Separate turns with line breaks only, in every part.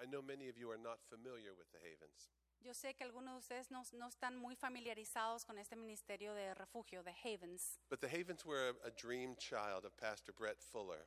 I know many of you are not familiar with the Havens.
Yo sé que algunos de ustedes no, no están muy familiarizados con este ministerio de refugio, de Havens,
But the Havens were a, a dream child of Pastor Brett Fuller.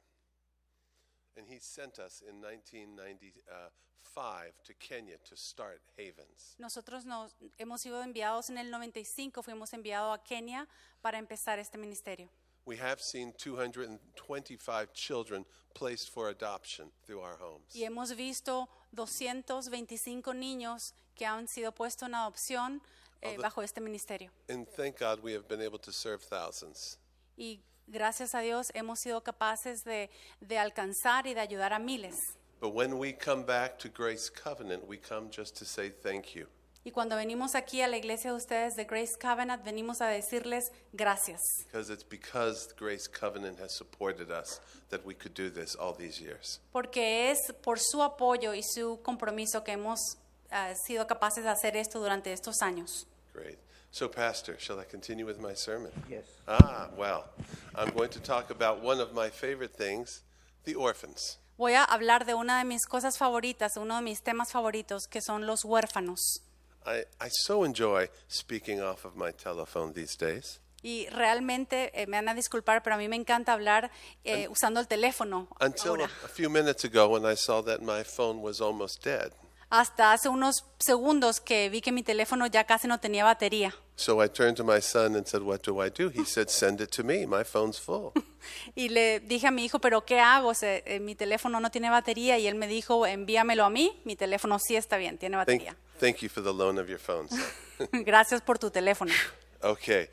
And he sent us in 1995 to Kenya to start Havens.
Nosotros nos hemos sido enviados en el 95, fuimos enviados a Kenia para empezar este ministerio.
We have seen 225 children placed for adoption through our homes.
Y hemos visto 225 niños que han sido puestos en adopción eh,
Other-
bajo este ministerio.
And thank God we have been able to serve thousands.
Y gracias a Dios hemos sido capaces de, de alcanzar y de ayudar a miles.
But when we come back to Grace Covenant, we come just to say thank you.
Y cuando venimos aquí a la iglesia de ustedes de Grace Covenant, venimos a decirles gracias.
Because it's because Grace Covenant has supported us that we could do this all these years.
Porque es por su apoyo y su compromiso que hemos ah, sido capaces de hacer esto durante estos años.
Great. So, Pastor, shall I continue with my sermon?
Yes.
Ah, well, I'm going to talk about one of my favorite things the orphans.
Voy a hablar de una de mis cosas favoritas, uno de mis temas favoritos, que son los huérfanos.
I, I so enjoy speaking off of my telephone these days.
Y realmente, eh, me van a disculpar, pero a mí me encanta hablar eh, usando el teléfono.
Until a,
ahora.
a few minutes ago, when I saw that my phone was almost dead.
Hasta hace unos segundos que vi que mi teléfono ya casi no tenía batería.
So I turned to my son and said, What do I do? He said, Send it to me. My phone's full.
Y le dije a mi hijo, pero ¿qué hago? Se- eh, mi teléfono no tiene batería. Y él me dijo, envíamelo a mí. Mi teléfono sí está bien, tiene
Thank,
batería.
thank you for the loan of your phone, son.
Gracias por tu teléfono.
Okay.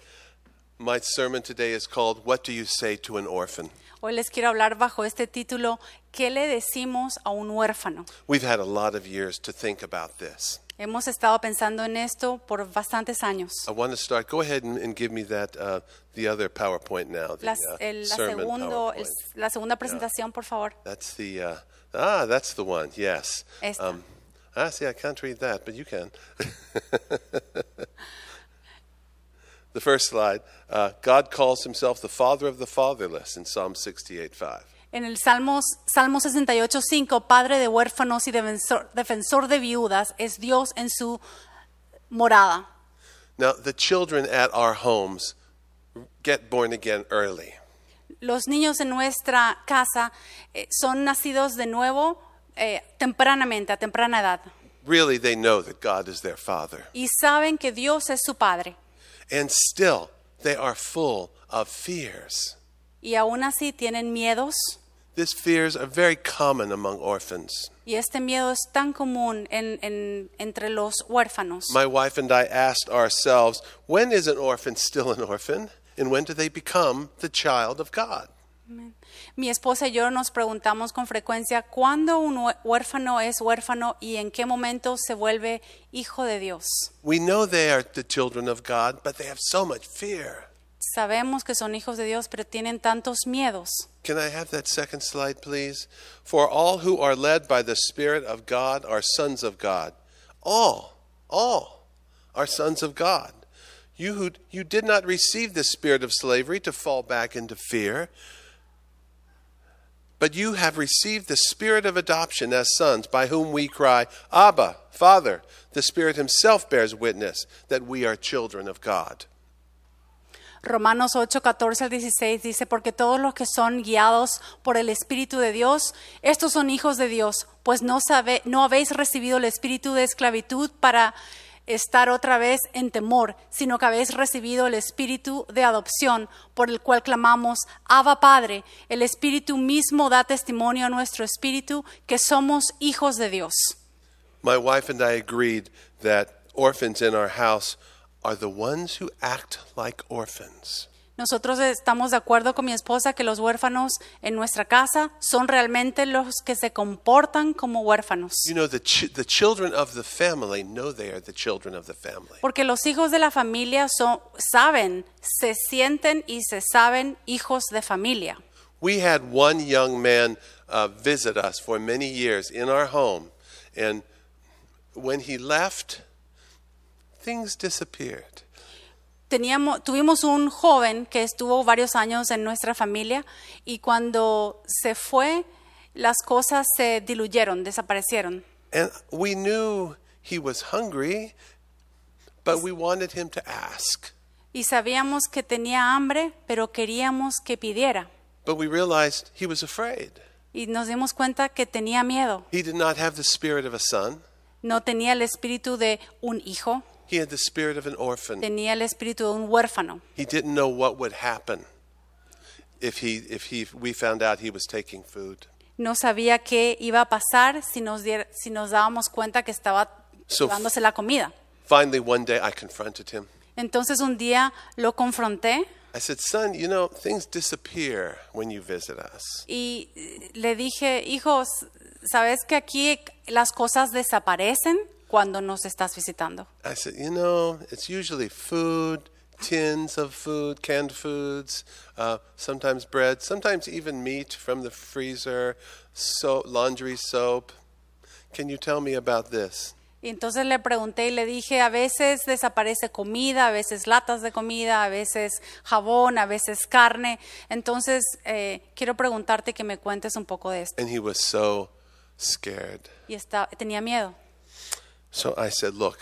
My sermon today is called What Do You Say to an Orphan?
Hoy les quiero hablar bajo este título, ¿qué le decimos a un huérfano?
We've had a lot of years to think about this.
Hemos estado pensando en esto por bastantes años.
I want to start. Go ahead and, and give me that uh, the other PowerPoint now. The
Las-
uh,
el- la,
sermon
segundo- el-
PowerPoint.
la segunda presentación, por favor.
That's the uh, ah, that's the one. Yes.
Esta.
ah, see, I can't read that, but you can. the first slide. Uh, God calls Himself the Father of the fatherless in Psalm 68:5.
En el Salmos, Salmo 68.5, Padre de huérfanos y defensor, defensor de viudas, es Dios en su morada.
Now, the children at our homes get born again early.
Los niños en nuestra casa eh, son nacidos de nuevo eh, tempranamente, a temprana edad,
Really, they know that God is their Father,
y saben que Dios es su Padre.
and still they are full of fears.
Y aún así tienen miedos,
These fears are very common among orphans.
y este miedo es tan común en- en- entre los huérfanos.
My wife and I asked ourselves, when is an orphan still an orphan? And when do they become the child of God?
Mi esposa y yo nos preguntamos con frecuencia cuándo un hué- huérfano es huérfano y en qué momento se vuelve hijo de Dios.
We know they are the children of God, but they have so much fear.
Sabemos que son hijos de Dios, pero tienen tantos miedos.
Can I have that second slide, please? For all who are led by the Spirit of God are sons of God. All, all are sons of God. You who you did not receive the spirit of slavery to fall back into fear, but you have received the spirit of adoption as sons, by whom we cry, Abba, Father. The Spirit Himself bears witness that we are children of God.
Romanos 8, 14 al 16 dice, porque todos los que son guiados por el Espíritu de Dios, estos son hijos de Dios, pues no, sabe, no habéis recibido el Espíritu de esclavitud para estar otra vez en temor, sino que habéis recibido el Espíritu de adopción, por el cual clamamos, Abba Padre, el Espíritu mismo da testimonio a nuestro Espíritu que somos hijos de Dios.
My wife and I agreed that orphans in our house are the ones who act like orphans.
Nosotros estamos de acuerdo con mi esposa que los huérfanos en nuestra casa son realmente los que se comportan como huérfanos.
You know, the, ch- the children of the family know they are the children of the family.
Porque los hijos de la familia son, saben, se sienten y se saben hijos de familia.
We had one young man uh, visit us for many years in our home, and when he left, things disappeared.
Teníamos, tuvimos un joven que estuvo varios años en nuestra familia y cuando se fue las cosas se diluyeron, desaparecieron.
And we knew he was hungry, but we wanted him to ask.
Y sabíamos que tenía hambre, pero queríamos que pidiera.
But we realized he was afraid.
Y nos dimos cuenta que tenía miedo.
He did not have the spirit of a son,
No tenía el espíritu de un hijo,
he had the spirit of an orphan.
tenía el espíritu de un huérfano.
He didn't know what would happen if he if he we found out he was taking food.
No sabía qué iba a pasar si nos, dier- si nos dábamos cuenta que estaba
So-
dándose la comida.
Finally one day I confronted him.
Entonces un día lo confronté
I said, "Son, you know, things disappear when you visit us."
y eh, le dije, hijos, ¿sabes que aquí las cosas desaparecen cuando nos estás visitando?
I said, you know, it's usually food, tins of food, canned foods, uh, sometimes bread, sometimes even meat from the freezer, so laundry soap. Can you tell me about this?
Y entonces le pregunté y le dije, a veces desaparece comida, a veces latas de comida, a veces jabón, a veces carne. Entonces, eh, quiero preguntarte que me cuentes un poco de esto.
And he was so scared.
Y esta- tenía miedo.
So I said, look,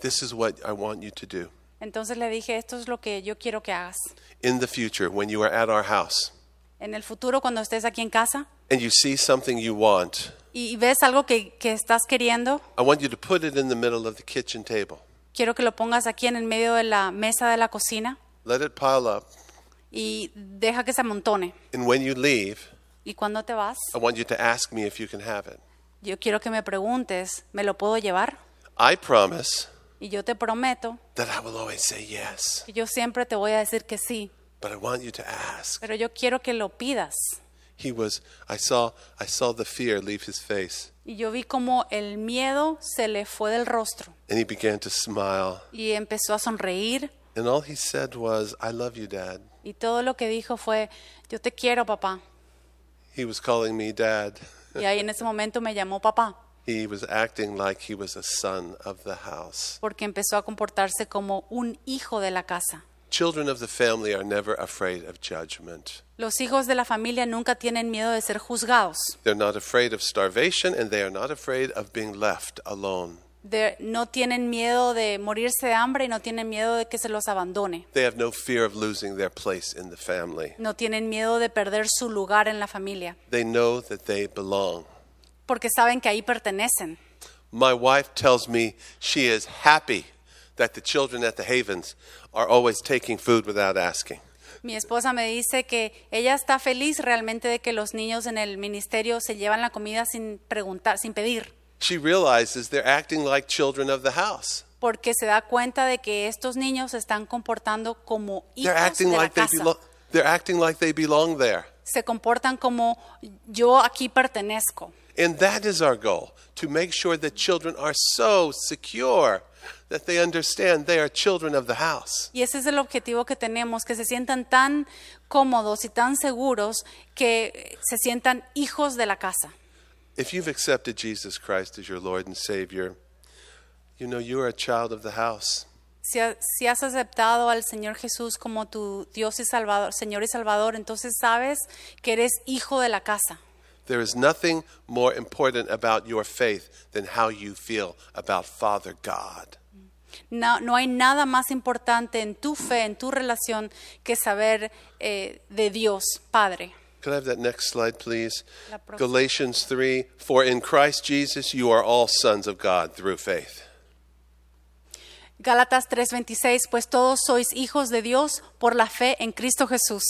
this is what I want you to do.
Entonces le dije, esto es lo que yo quiero que hagas.
In the future, when you are at our house
En el futuro, cuando estés aquí en casa
and you see something you want,
y y ves algo que, que estás queriendo,
I want you to put it in the middle of the kitchen table.
quiero que lo pongas aquí en el medio de la mesa de la cocina
Let it pile up.
y deja que se amontone.
And when you leave,
Y cuando te vas,
I want you to ask me if you can have it.
yo quiero que me preguntes, ¿me lo puedo llevar?
I promise
Y yo te prometo
that I will always say yes,
que yo siempre te voy a decir que sí,
but I want you to ask.
pero yo quiero que lo pidas.
He was I saw I saw the fear leave his face
Y yo vi como el miedo se le fue del rostro
and he began to smile
y empezó a sonreír
and all he said was I love you dad.
y todo lo que dijo fue, yo te quiero papá.
He was calling me dad.
Y ahí en ese momento me llamó papá
He was acting like he was a son of the house.
porque empezó a comportarse como un hijo de la casa.
Children of the family are never afraid of judgment.
Los hijos de la familia nunca tienen miedo de ser juzgados.
They're not afraid of starvation and they are not afraid of being left alone.
De- no tienen miedo de morirse de hambre y no tienen miedo de que se los abandone.
They have no fear of losing their place in the family.
No tienen miedo de perder su lugar en la familia
They know that they belong.
porque saben que ahí pertenecen.
My wife tells me she is happy that the children at the Havens are always taking food without asking.
Mi esposa me dice que ella está feliz realmente de que los niños en el ministerio se llevan la comida sin preguntar, sin pedir,
She realizes they're acting like children of the house.
porque se da cuenta de que estos niños se están comportando como hijos
They're acting
de la
like they
casa.
belong. They're acting like they belong there.
Se comportan como yo aquí pertenezco.
And that is our goal to make sure that children are so secure that they understand they are children of the house.
Y ese es el objetivo que tenemos, que se sientan tan cómodos y tan seguros que se sientan hijos de la casa.
If you've accepted Jesus Christ as your Lord and Savior, you know you are a child of the house.
Si, ha- si has aceptado al Señor Jesús como tu Dios y Salvador, Señor y Salvador, entonces sabes que eres hijo de la casa.
There is nothing more important about your faith than how you feel about Father God.
No, no hay nada más importante en tu fe, en tu relación, que saber eh, de Dios, Padre.
Could I have that next slide, please?
La próxima.
Galatians 3 For in Christ Jesus you are all sons of God through faith.
Gálatas 3:26, pues todos sois hijos de Dios por la fe en Cristo Jesús.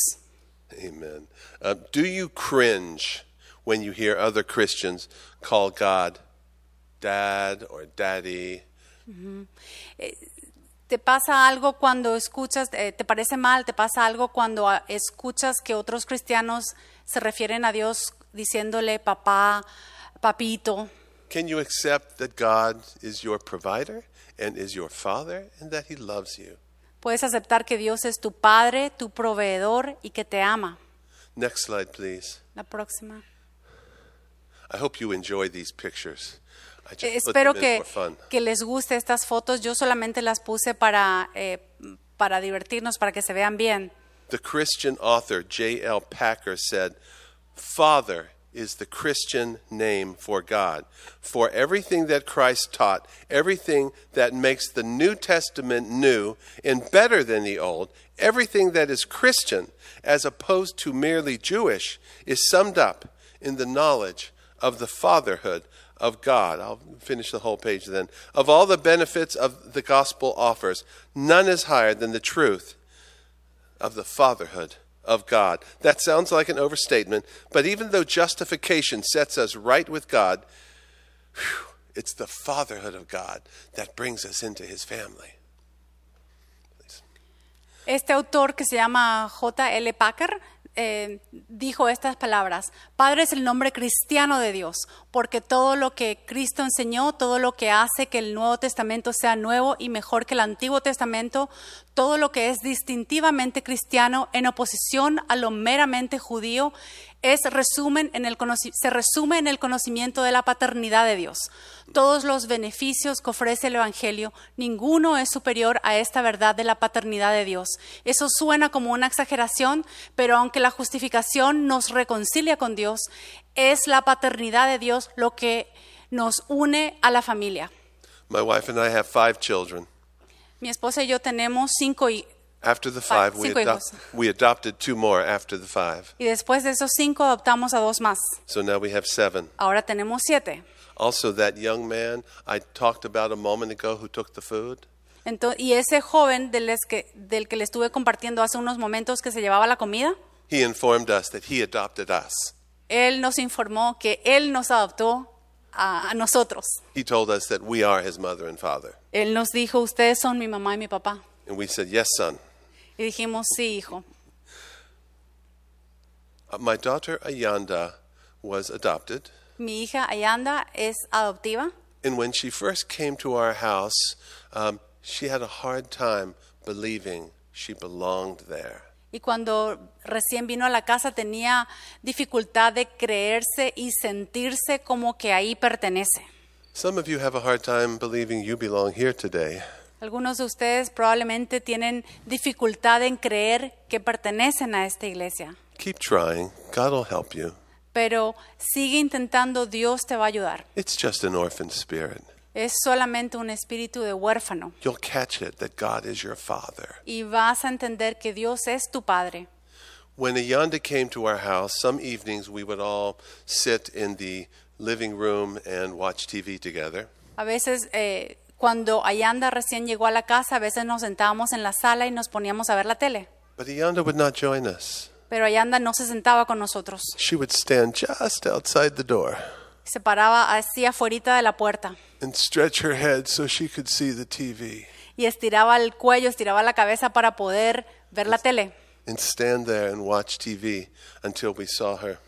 Amen. Uh, do you cringe when you hear other Christians call God dad or daddy?
¿Te pasa algo cuando escuchas, eh, te parece mal, te pasa algo cuando ah, escuchas que otros cristianos se refieren a Dios diciéndole papá, papito?
Can you accept that God is your provider and is your father and that he loves you?
Puedes aceptar que Dios es tu Padre, tu proveedor y que te ama.
Next slide, please.
La próxima.
I hope you enjoy these pictures. I just
Eh,
put
Espero
them in
que,
for fun.
que les guste estas fotos. Yo solamente las puse para, eh, para divertirnos, para que se vean bien.
The Christian author J.L. Packer said, Father is the Christian name for God. For everything that Christ taught, everything that makes the New Testament new and better than the Old, everything that is Christian as opposed to merely Jewish is summed up in the knowledge of the fatherhood of God. I'll finish the whole page then. Of all the benefits of the gospel offers, none is higher than the truth of the fatherhood of God. That sounds like an overstatement, but even though justification sets us right with God, phew, it's the fatherhood of God that brings us into his family.
Este autor que se llama J.L. Packer eh, dijo estas palabras, Padre es el nombre cristiano de Dios, porque todo lo que Cristo enseñó, todo lo que hace que el Nuevo Testamento sea nuevo y mejor que el Antiguo Testamento, todo lo que es distintivamente cristiano en oposición a lo meramente judío, es resumen en el conoci- se resume en el conocimiento de la paternidad de Dios. Todos los beneficios que ofrece el Evangelio, ninguno es superior a esta verdad de la paternidad de Dios. Eso suena como una exageración, pero aunque la justificación nos reconcilia con Dios, es la paternidad de Dios lo que nos une a la familia.
My wife and I have five children.
Mi esposa y yo tenemos cinco hi-
After the
Five-
five, we,
cinco hijos.
we adopted two more after the five.
y después de esos cinco adoptamos a dos más.
So now we have seven.
Ahora tenemos siete.
Also, that young man I talked about a moment ago who took the food,
Ento- y ese joven del, es que, del que le estuve compartiendo hace unos momentos que se llevaba la comida,
he informed us that he adopted us.
él nos informó que él nos adoptó a, a nosotros.
He told us that we are his mother and father.
Él nos dijo, ustedes son mi mamá y mi papá.
And we said, Yes, son.
Y dijimos, sí, hijo.
Uh, My daughter Ayanda was adopted.
Mi hija Ayanda es adoptiva
And when she first came to our house, um, she had a hard time believing she belonged there.
y cuando recién vino a la casa tenía dificultad de creerse y sentirse como que ahí pertenece.
Some of you have a hard time believing you belong here today.
Algunos de ustedes probablemente tienen dificultad en creer que pertenecen a esta iglesia.
Keep trying, God will help you.
pero sigue intentando, Dios te va a ayudar.
It's just an orphan spirit.
Es solamente un espíritu de huérfano
You'll catch it that God is your father.
y vas a entender que Dios es tu Padre.
When Ayanda came to our house, some evenings we would all sit in the living room and watch TV together.
A veces eh, cuando Ayanda recién llegó a la casa, a veces nos sentábamos en la sala y nos poníamos a ver la tele,
But Ayanda would not join us.
pero Ayanda no se sentaba con nosotros,
She would stand just outside the door
se paraba así afuera de la puerta
and stretch her head so she could see the TV
y estiraba el cuello, estiraba la cabeza para poder ver la tele.
and stand there and watch TV until we saw her.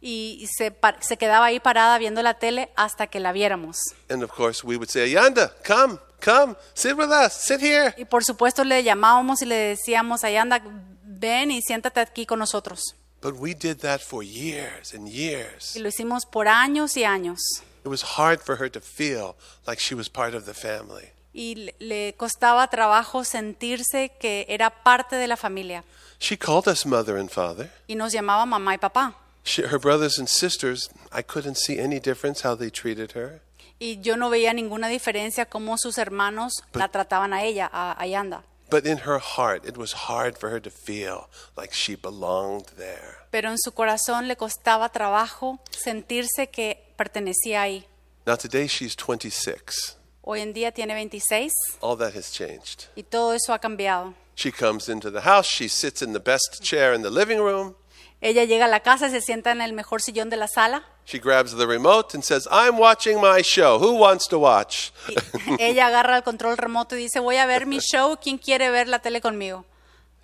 Y y se, par- se quedaba ahí parada viendo la tele hasta que la viéramos.
And of course, we would say, Ayanda, come, come, sit with us, sit here.
Y por supuesto le llamábamos y le decíamos, ahí anda, ven y siéntate aquí con nosotros.
But we did that for years and years.
Y lo hicimos por años y años.
It was hard for her to feel like she was part of the family.
Y le- le costaba trabajo sentirse que era parte de la familia.
She called us mother and father.
Y nos llamaba mamá y papá.
She, her brothers and sisters, I couldn't see any difference how they treated her.
Y yo no veía ninguna diferencia cómo sus hermanos la trataban a ella, a Ayanda.
But in her heart, it was hard for her to feel like she belonged there.
Pero en su corazón le costaba trabajo sentirse que pertenecía ahí.
Now, today she's 26.
Hoy en día tiene 26
All that has changed.
y todo eso ha cambiado.
She comes into the house, she sits in the best chair in the living room,
Ella llega a la casa, se sienta en el mejor sillón de la sala
she grabs the remote and says, I'm watching my show. Who wants to watch?
Y ella agarra el control remoto y dice, voy a ver mi show, ¿quién quiere ver la tele conmigo?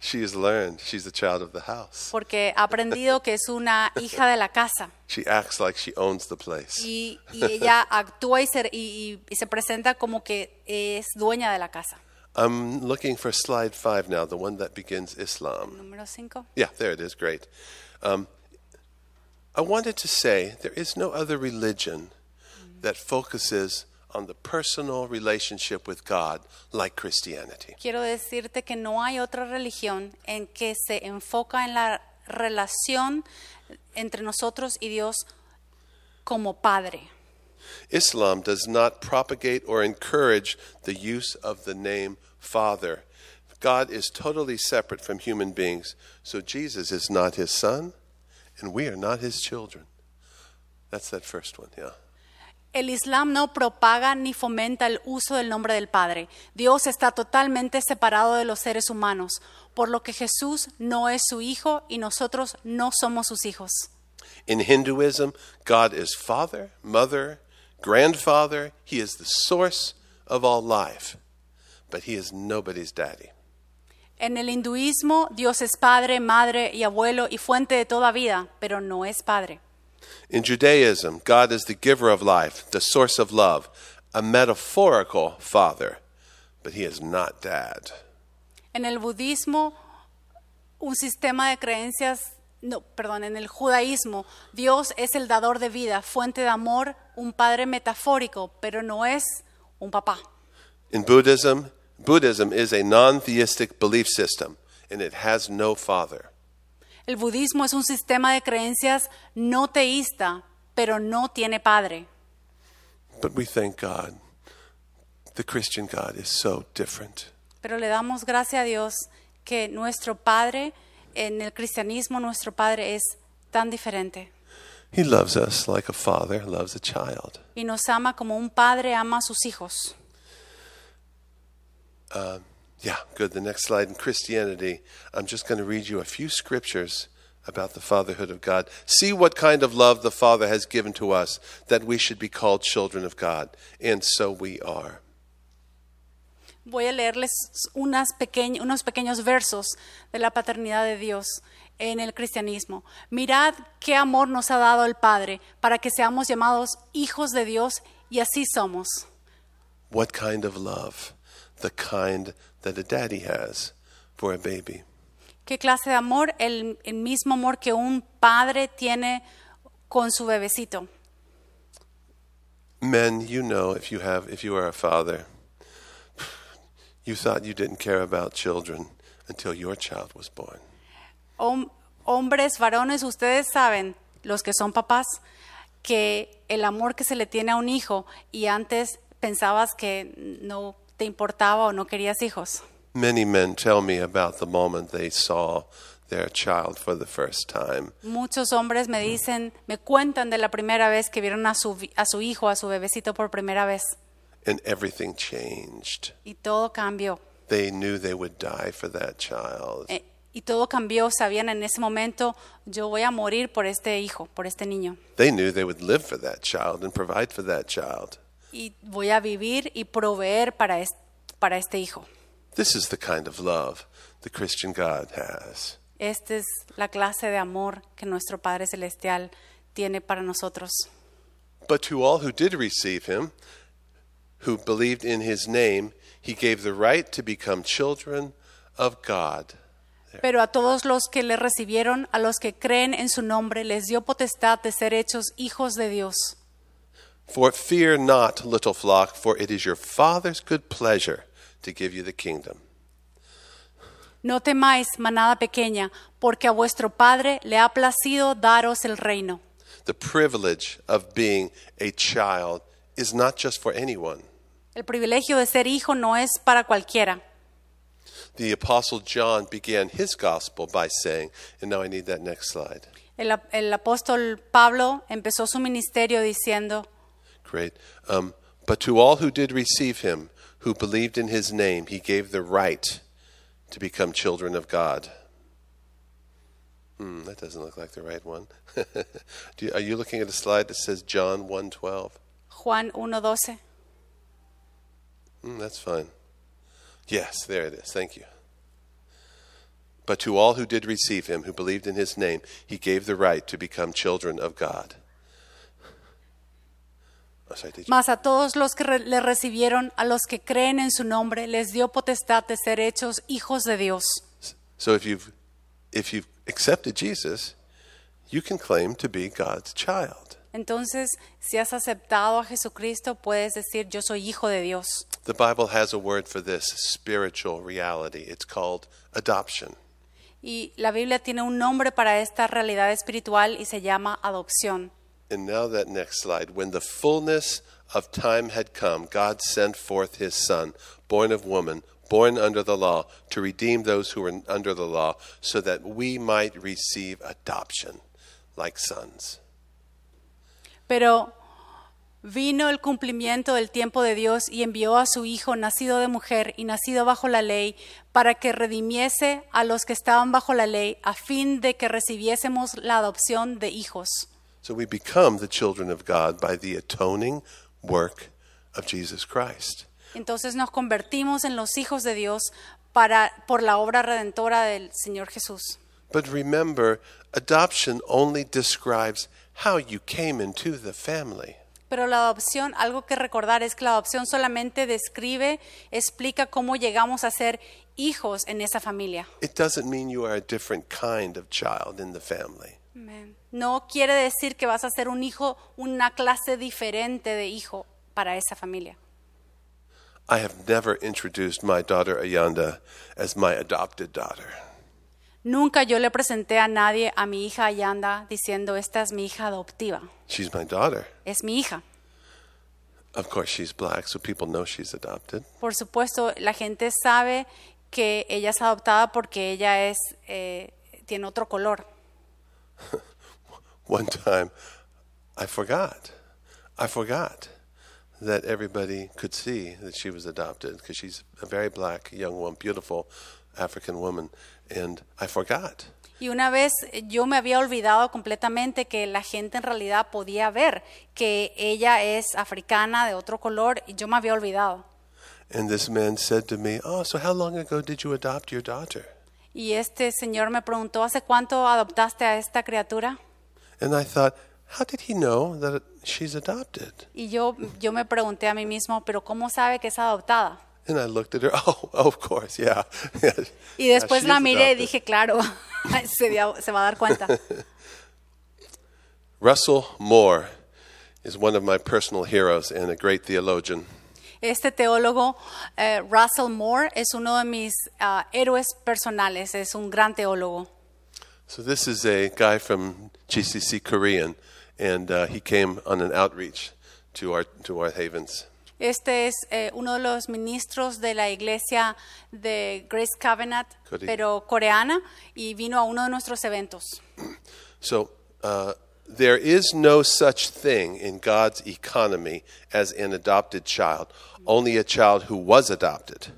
She has learned she's a child of the house.
Porque ha aprendido que es una hija de la casa.
She acts like she owns the place.
Y, y ella actúa y se, y- y- y se presenta como que es dueña de la casa.
I'm looking for slide five now, the one that begins Islam.
Número 5.
Yeah, there it is. Great. Um, I wanted to say there is no other religion that focuses on the personal relationship with God like Christianity.
Quiero decirte que no hay otra religión en que se enfoca en la relación entre nosotros y Dios como Padre.
Islam does not propagate or encourage the use of the name Father. God is totally separate from human beings, so Jesus is not his son, and we are not his children. That's that first one, yeah.
El Islam no propaga ni fomenta el uso del nombre del Padre. Dios está totalmente separado de los seres humanos, por lo que Jesús no es su hijo y nosotros no somos sus hijos.
In Hinduism, God is father, mother, grandfather. He is the source of all life, but he is nobody's daddy.
En el hinduismo, Dios es padre, madre y abuelo y fuente de toda vida, pero no es padre.
In Judaism, God is the giver of life, the source of love, a metaphorical father, but he is not dad.
En el budismo, un sistema de creencias, no, perdón, en el judaísmo, Dios es el dador de vida, fuente de amor, un padre metafórico, pero no es un papá.
In Buddhism, Buddhism is a non-theistic belief system and it has no father.
El budismo es un sistema de creencias no teísta, pero no tiene padre.
But we thank God. The Christian God is so different.
Pero le damos gracias a Dios que nuestro padre, en el cristianismo, nuestro padre es tan diferente
He loves us like a father loves a child.
y nos ama como un padre ama a sus hijos.
Yeah, good. The next slide in Christianity, I'm just going to read you a few scriptures about the fatherhood of God. See what kind of love the Father has given to us that we should be called children of God, and so we are.
Voy a leerles unas pequeñ- unos pequeños versos de la paternidad de Dios en el cristianismo. Mirad qué amor nos ha dado el Padre para que seamos llamados hijos de Dios y así somos.
What kind of love? The kind that a daddy has for a baby.
¿Qué clase de amor? El, el mismo amor que un padre tiene con su bebecito.
Men, you know if you have if you are a father, you thought you didn't care about children until your child was born.
Hom- hombres, varones, ustedes saben, los que son papás, que el amor que se le tiene a un hijo y antes pensabas que no te importaba o no querías hijos.
Many men tell me about the moment they saw their child for the first time.
Muchos hombres me dicen, me cuentan de la primera vez que vieron a su, vi- a su hijo, a su bebecito por primera vez
and everything changed.
y todo cambió.
They knew they would die for that child.
Eh, y todo cambió, sabían en ese momento, yo voy a morir por este hijo, por este niño.
They knew they would live for that child and provide for that child.
Y voy a vivir y proveer para es- para este hijo.
This is the kind of love the Christian God has.
Esta es la clase de amor que nuestro Padre Celestial tiene para nosotros.
But to all who did receive him, who believed in his name, he gave the right to become children of God.
Pero a todos los que le recibieron, a los que creen en su nombre, les dio potestad de ser hechos hijos de Dios.
For fear not, little flock, for it is your Father's good pleasure to give you the kingdom.
No temáis, manada pequeña, porque a vuestro Padre le ha placido daros el reino.
The privilege of being a child is not just for anyone.
El privilegio de ser hijo no es para cualquiera.
The Apostle John began his gospel by saying, and now I need that next slide.
El, ap- el apóstol Pablo empezó su ministerio diciendo,
Great. Um, but to all who did receive him, who believed in his name, he gave the right to become children of God. Hmm, that doesn't look like the right one. Do you, are you looking at a slide that says John 1.12?
Juan 1.12.
Mm, that's fine. Yes, there it is. Thank you. But to all who did receive him, who believed in his name, he gave the right to become children of God. Oh, sorry, did you-
Mas a todos los que re- le recibieron, a los que creen en su nombre, les dio potestad de ser hechos hijos de Dios.
So if you've if you've accepted Jesus, you can claim to be God's child.
Entonces, si has aceptado a Jesucristo, puedes decir, yo soy hijo de Dios.
The Bible has a word for this spiritual reality. It's called adoption.
Y la Biblia tiene un nombre para esta realidad espiritual y se llama adopción.
And now that next slide. When the fullness of time had come, God sent forth his son, born of woman, born under the law, to redeem those who were under the law, so that we might receive adoption like sons.
Pero vino el cumplimiento del tiempo de Dios y envió a su Hijo, nacido de mujer y nacido bajo la ley, para que redimiese a los que estaban bajo la ley, a fin de que recibiésemos la adopción de hijos.
So we become the children of God by the atoning work of Jesus Christ.
Entonces nos convertimos en los hijos de Dios para, por la obra redentora del Señor Jesús.
But remember, adoption only describes how you came into the family.
Pero la adopción, algo que recordar es que la adopción solamente describe, explica cómo llegamos a ser hijos en esa familia.
It doesn't mean you are a different kind of child in the family.
No quiere decir que vas a ser un hijo, una clase diferente de hijo para esa familia.
I have never introduced my daughter Ayanda as my adopted daughter.
Nunca yo le presenté a nadie a mi hija Ayanda diciendo, esta es mi hija adoptiva,
She's my daughter.
es mi hija.
Of course, she's black, so people know she's adopted.
Por supuesto, la gente sabe que ella es adoptada porque ella es, eh, tiene otro color.
One time, I forgot. I forgot that everybody could see that she was adopted because she's a very black young woman, beautiful African woman, and I forgot.
Y una vez eh, yo me había olvidado completamente que la gente en realidad podía ver que ella es africana de otro color y yo me había olvidado.
And this man said to me, "Oh, so how long ago did you adopt your daughter?"
Y este señor me preguntó, ¿hace cuánto adoptaste a esta criatura?
And I thought, how did he know that she's adopted?
Y yo, yo me pregunté a mí mismo, ¿pero cómo sabe que es adoptada?
And I looked at her. Oh, of course, yeah. yeah
Y después
she's
la miré y
adopted.
dije, claro, se, dio- se va a dar cuenta.
Russell Moore is one of my personal heroes and a great theologian.
Este teólogo, eh, Russell Moore, es uno de mis ah, héroes personales, es un gran teólogo.
So this is a guy from GCC Korean, and uh, he came on an outreach to our to our havens.
Este es eh, uno de los ministros de la iglesia de Grace Covenant,
Corea.
pero coreana, y vino a uno de nuestros eventos.
So uh, there is no such thing in God's economy as an adopted child, only a child who was adopted.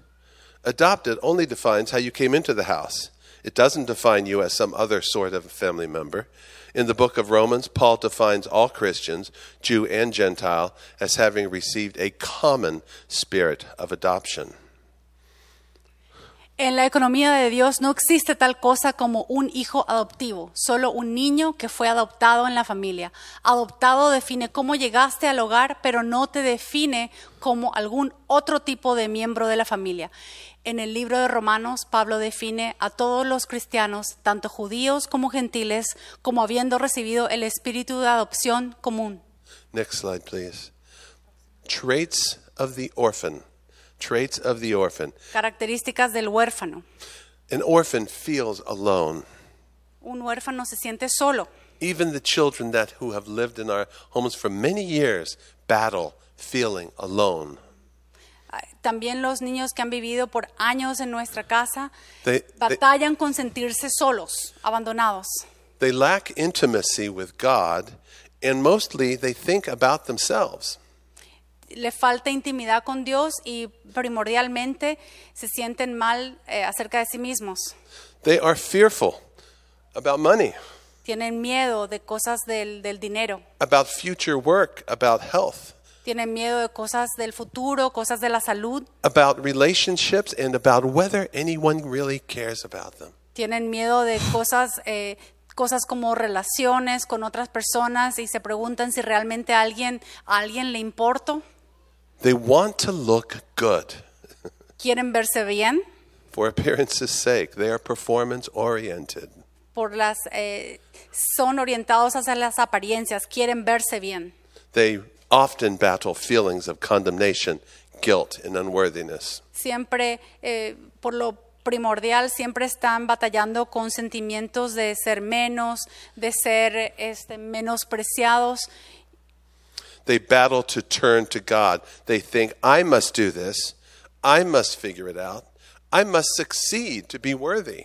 Adopted only defines how you came into the house. It doesn't define you as some other sort of family member. In the book of Romans, Paul defines all Christians, Jew and Gentile, as having received a common spirit of adoption.
En la economía de Dios no existe tal cosa como un hijo adoptivo, solo un niño que fue adoptado en la familia. Adoptado define cómo llegaste al hogar, pero no te define como algún otro tipo de miembro de la familia. En el libro de Romanos, Pablo define a todos los cristianos, tanto judíos como gentiles, como habiendo recibido el espíritu de adopción común.
Next slide, please. Traits of the orphan. Traits of the orphan.
Características del huérfano.
An orphan feels alone.
Un huérfano se siente solo.
Even the children that who have lived in our homes for many years battle feeling alone.
También los niños que han vivido por años en nuestra casa
They- they-
batallan con sentirse solos, abandonados.
They lack intimacy with God, and mostly they think about themselves.
Le falta intimidad con Dios y primordialmente se sienten mal eh, acerca de sí mismos.
They are fearful about money,
Tienen miedo de cosas del, del dinero,
about future work, about health,
tienen miedo de cosas del futuro, cosas de la salud,
about relationships, and about whether anyone really cares about them.
tienen miedo de cosas, eh, cosas como relaciones con otras personas y se preguntan si realmente a alguien, a alguien le importo,
They want to look good
quieren verse bien.
for appearance's sake. They are performance oriented.
por las eh, son orientados hacia las apariencias, quieren verse bien.
They often battle feelings of condemnation, guilt, and unworthiness.
Siempre eh, por lo primordial siempre están batallando con sentimientos de ser menos, de ser este, menospreciados.
They battle to turn to God. They think, I must do this. I must figure it out. I must succeed to be worthy.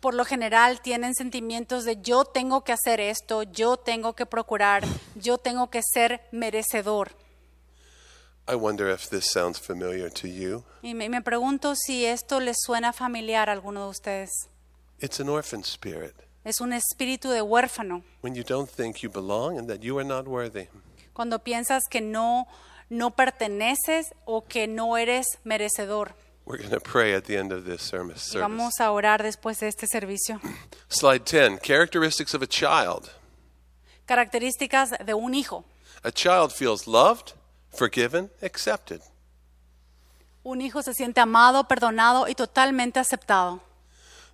Por lo general tienen sentimientos de yo tengo que hacer esto, yo tengo que procurar, yo tengo que ser merecedor.
I wonder if this sounds familiar to you.
Y me, me pregunto si esto les suena familiar a alguno de ustedes.
It's an orphan spirit
Es un espíritu de huérfano.
when you don't think you belong and that you are not worthy.
Cuando piensas que no, no perteneces o que no eres merecedor.
We're going to pray at the end of this sermon
Y
service.
Vamos a orar después de este servicio.
Slide 10 Characteristics of a child.
Características de un hijo.
A child feels loved, forgiven, accepted.
Un hijo se siente amado, perdonado y totalmente aceptado.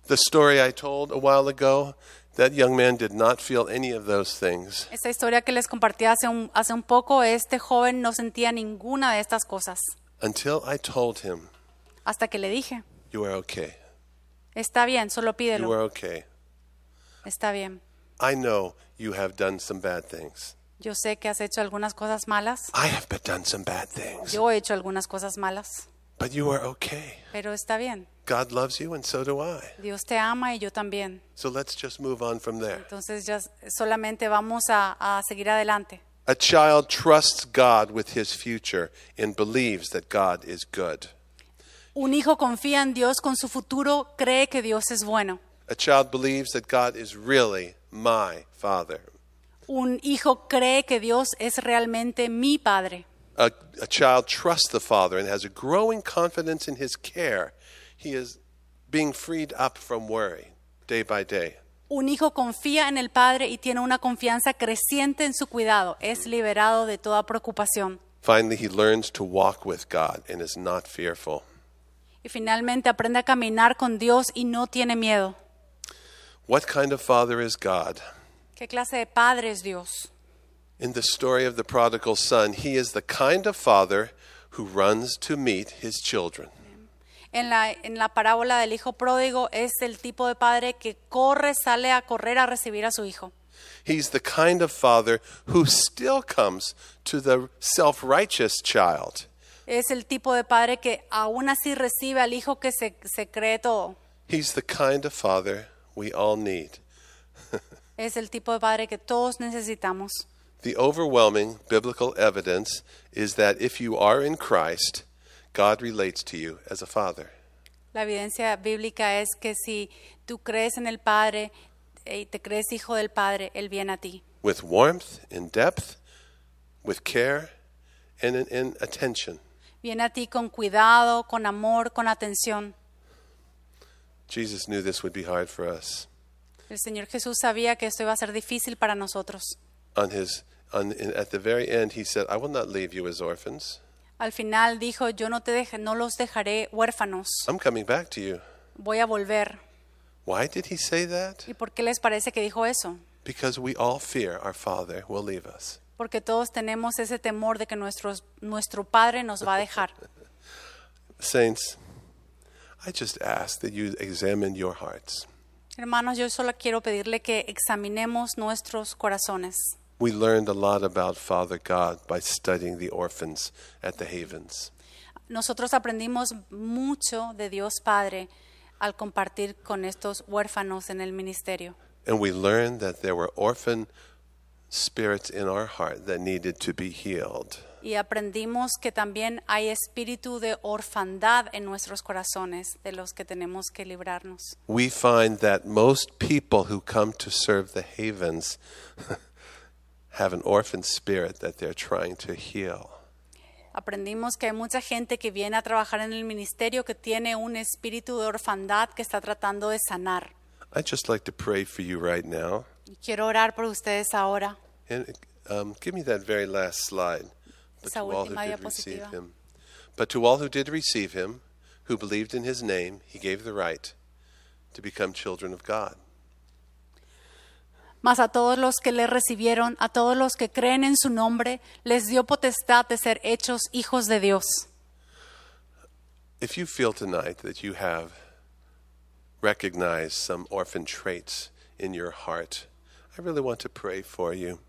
The story I told a while ago, that young man did not feel any of those things.
Esta historia que les compartí hace un, hace un poco, este joven no sentía ninguna de estas cosas
until I told him,
hasta que le dije,
You are okay.
está bien, solo
You are
pídelo,
okay.
está bien.
I know you have done some bad things.
Yo sé que has hecho algunas cosas malas,
I have but done some bad things.
yo he hecho algunas cosas malas,
But you are okay.
pero está bien,
God loves you, and so do I.
Dios te ama y yo también.
So let's just move on from there.
Entonces ya s- solamente vamos a, a seguir adelante.
A child trusts God with his future and believes that God is good.
Un hijo confía en Dios con su futuro, cree que Dios es bueno.
A child believes that God is really my father.
Un hijo cree que Dios es realmente mi Padre.
A, a child trusts the father and has a growing confidence in his care. He is being freed up from worry day by day.
Un hijo confía en el Padre y tiene una confianza creciente en su cuidado. Es liberado de toda preocupación.
Finally, he learns to walk with God and is not fearful.
Y finalmente aprende a caminar con Dios y no tiene miedo.
What kind of father is God?
¿Qué clase de Padre es Dios?
In the story of the prodigal son, he is the kind of father who runs to meet his children.
En la, en la parábola del hijo pródigo es el tipo de padre que corre, sale a correr a recibir a su hijo.
He's the kind of father who still comes to the self righteous child.
Es el tipo de padre que aún así recibe al hijo que se, se cree todo.
He's the kind of father we all need.
Es el tipo de padre que todos necesitamos.
The overwhelming biblical evidence is that if you are in Christ, God relates to you as a father.
La evidencia bíblica es que si tú crees en el Padre eh, y te crees hijo del Padre, Él viene a ti.
with warmth and depth, with care and, and attention.
Viene a ti con cuidado, con amor, con atención.
Jesus knew this would be hard for us.
El Señor Jesús sabía que esto iba a ser difícil para nosotros.
On his, on, in- at the very end, he said, I will not leave you as orphans.
Al final dijo, yo no te deje, no los dejaré huérfanos,
I'm coming back to you.
voy a volver.
Why did he say that?
¿Y por qué les parece que dijo eso?
Because we all fear our Father will leave us.
Porque todos tenemos ese temor de que nuestros- nuestro Padre nos va a dejar.
Saints, I just ask that you examine your hearts.
Hermanos, yo solo quiero pedirle que examinemos nuestros corazones.
We learned a lot about Father God by studying the orphans at the Havens.
Nosotros aprendimos mucho de Dios Padre al compartir con estos huérfanos en el ministerio.
And we learned that there were orphan spirits in our heart that needed to be healed.
Y aprendimos que también hay espíritu de orfandad en nuestros corazones de los que tenemos que librarnos.
We find that most people who come to serve the havens have an orphan spirit that they're trying to heal.
Aprendimos que hay mucha gente que viene a trabajar en el ministerio que tiene un espíritu de orfandad que está tratando de sanar.
I'd just like to pray for you right now.
Y quiero orar por ustedes ahora.
And um, give me that very last slide. But
Esa
to all who
última
did receive
diapositiva.
him. But to all who did receive him, who believed in his name, he gave the right to become children of God.
Mas a todos los que le recibieron, a todos los que creen en su nombre, les dio potestad de ser hechos hijos de Dios.
If you feel tonight that you have recognized some orphan traits in your heart, I really want to pray for you.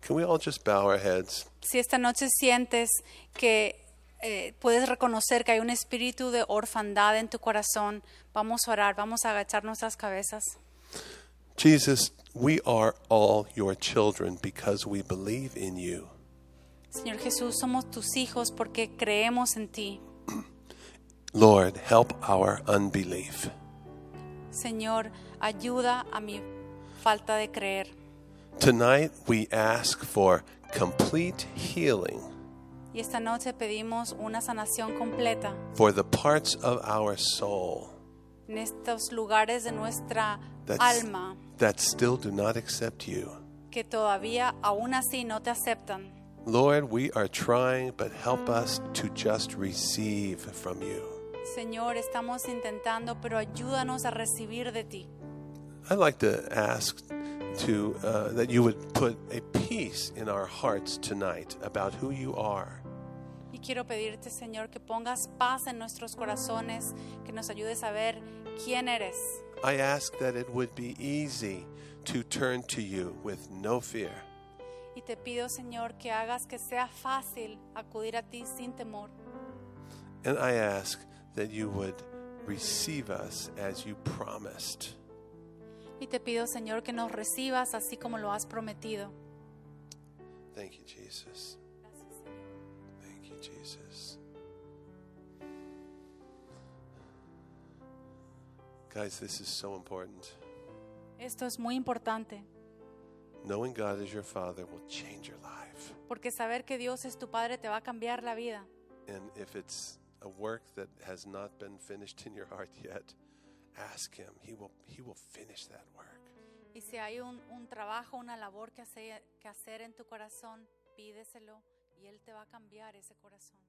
Can we all just bow our heads?
Si esta noche sientes que eh, puedes reconocer que hay un espíritu de orfandad en tu corazón, vamos a orar, vamos a agachar nuestras cabezas.
Jesus, we are all your children because we believe in you.
Señor Jesús, somos tus hijos porque creemos en ti.
Lord, help our unbelief.
Señor, ayuda a mi falta de creer.
Tonight we ask for complete healing
Y esta noche pedimos una sanación completa
for the parts of our soul
en estos lugares de nuestra
that's-
alma
that still do not accept you.
que todavía aún así no te aceptan.
Lord, we are trying, but help us to just receive from you.
Señor, estamos intentando, pero ayúdanos a recibir de ti.
I'd like to ask to uh, that you would put a peace in our hearts tonight about who you are.
Y quiero pedirte, Señor, que pongas paz en nuestros corazones, que nos ayudes a ver quién eres.
I ask that it would be easy to turn to you with no fear.
Y te pido, Señor, que hagas que sea fácil acudir a ti sin temor.
And I ask that you would receive us as you promised.
Y te pido, Señor, que nos recibas así como lo has prometido.
Thank you, Jesus. Thank you, Jesus. Guys, this is so important.
Esto es muy importante,
Knowing God as your Father will change your life.
porque saber que Dios es tu Padre te va a cambiar la vida.
And if it's a work that has not been finished in your heart yet, ask Him. He will, he will finish that work.
Y si hay un, un trabajo, una labor que hace- que hacer en tu corazón, pídeselo y Él te va a cambiar ese corazón.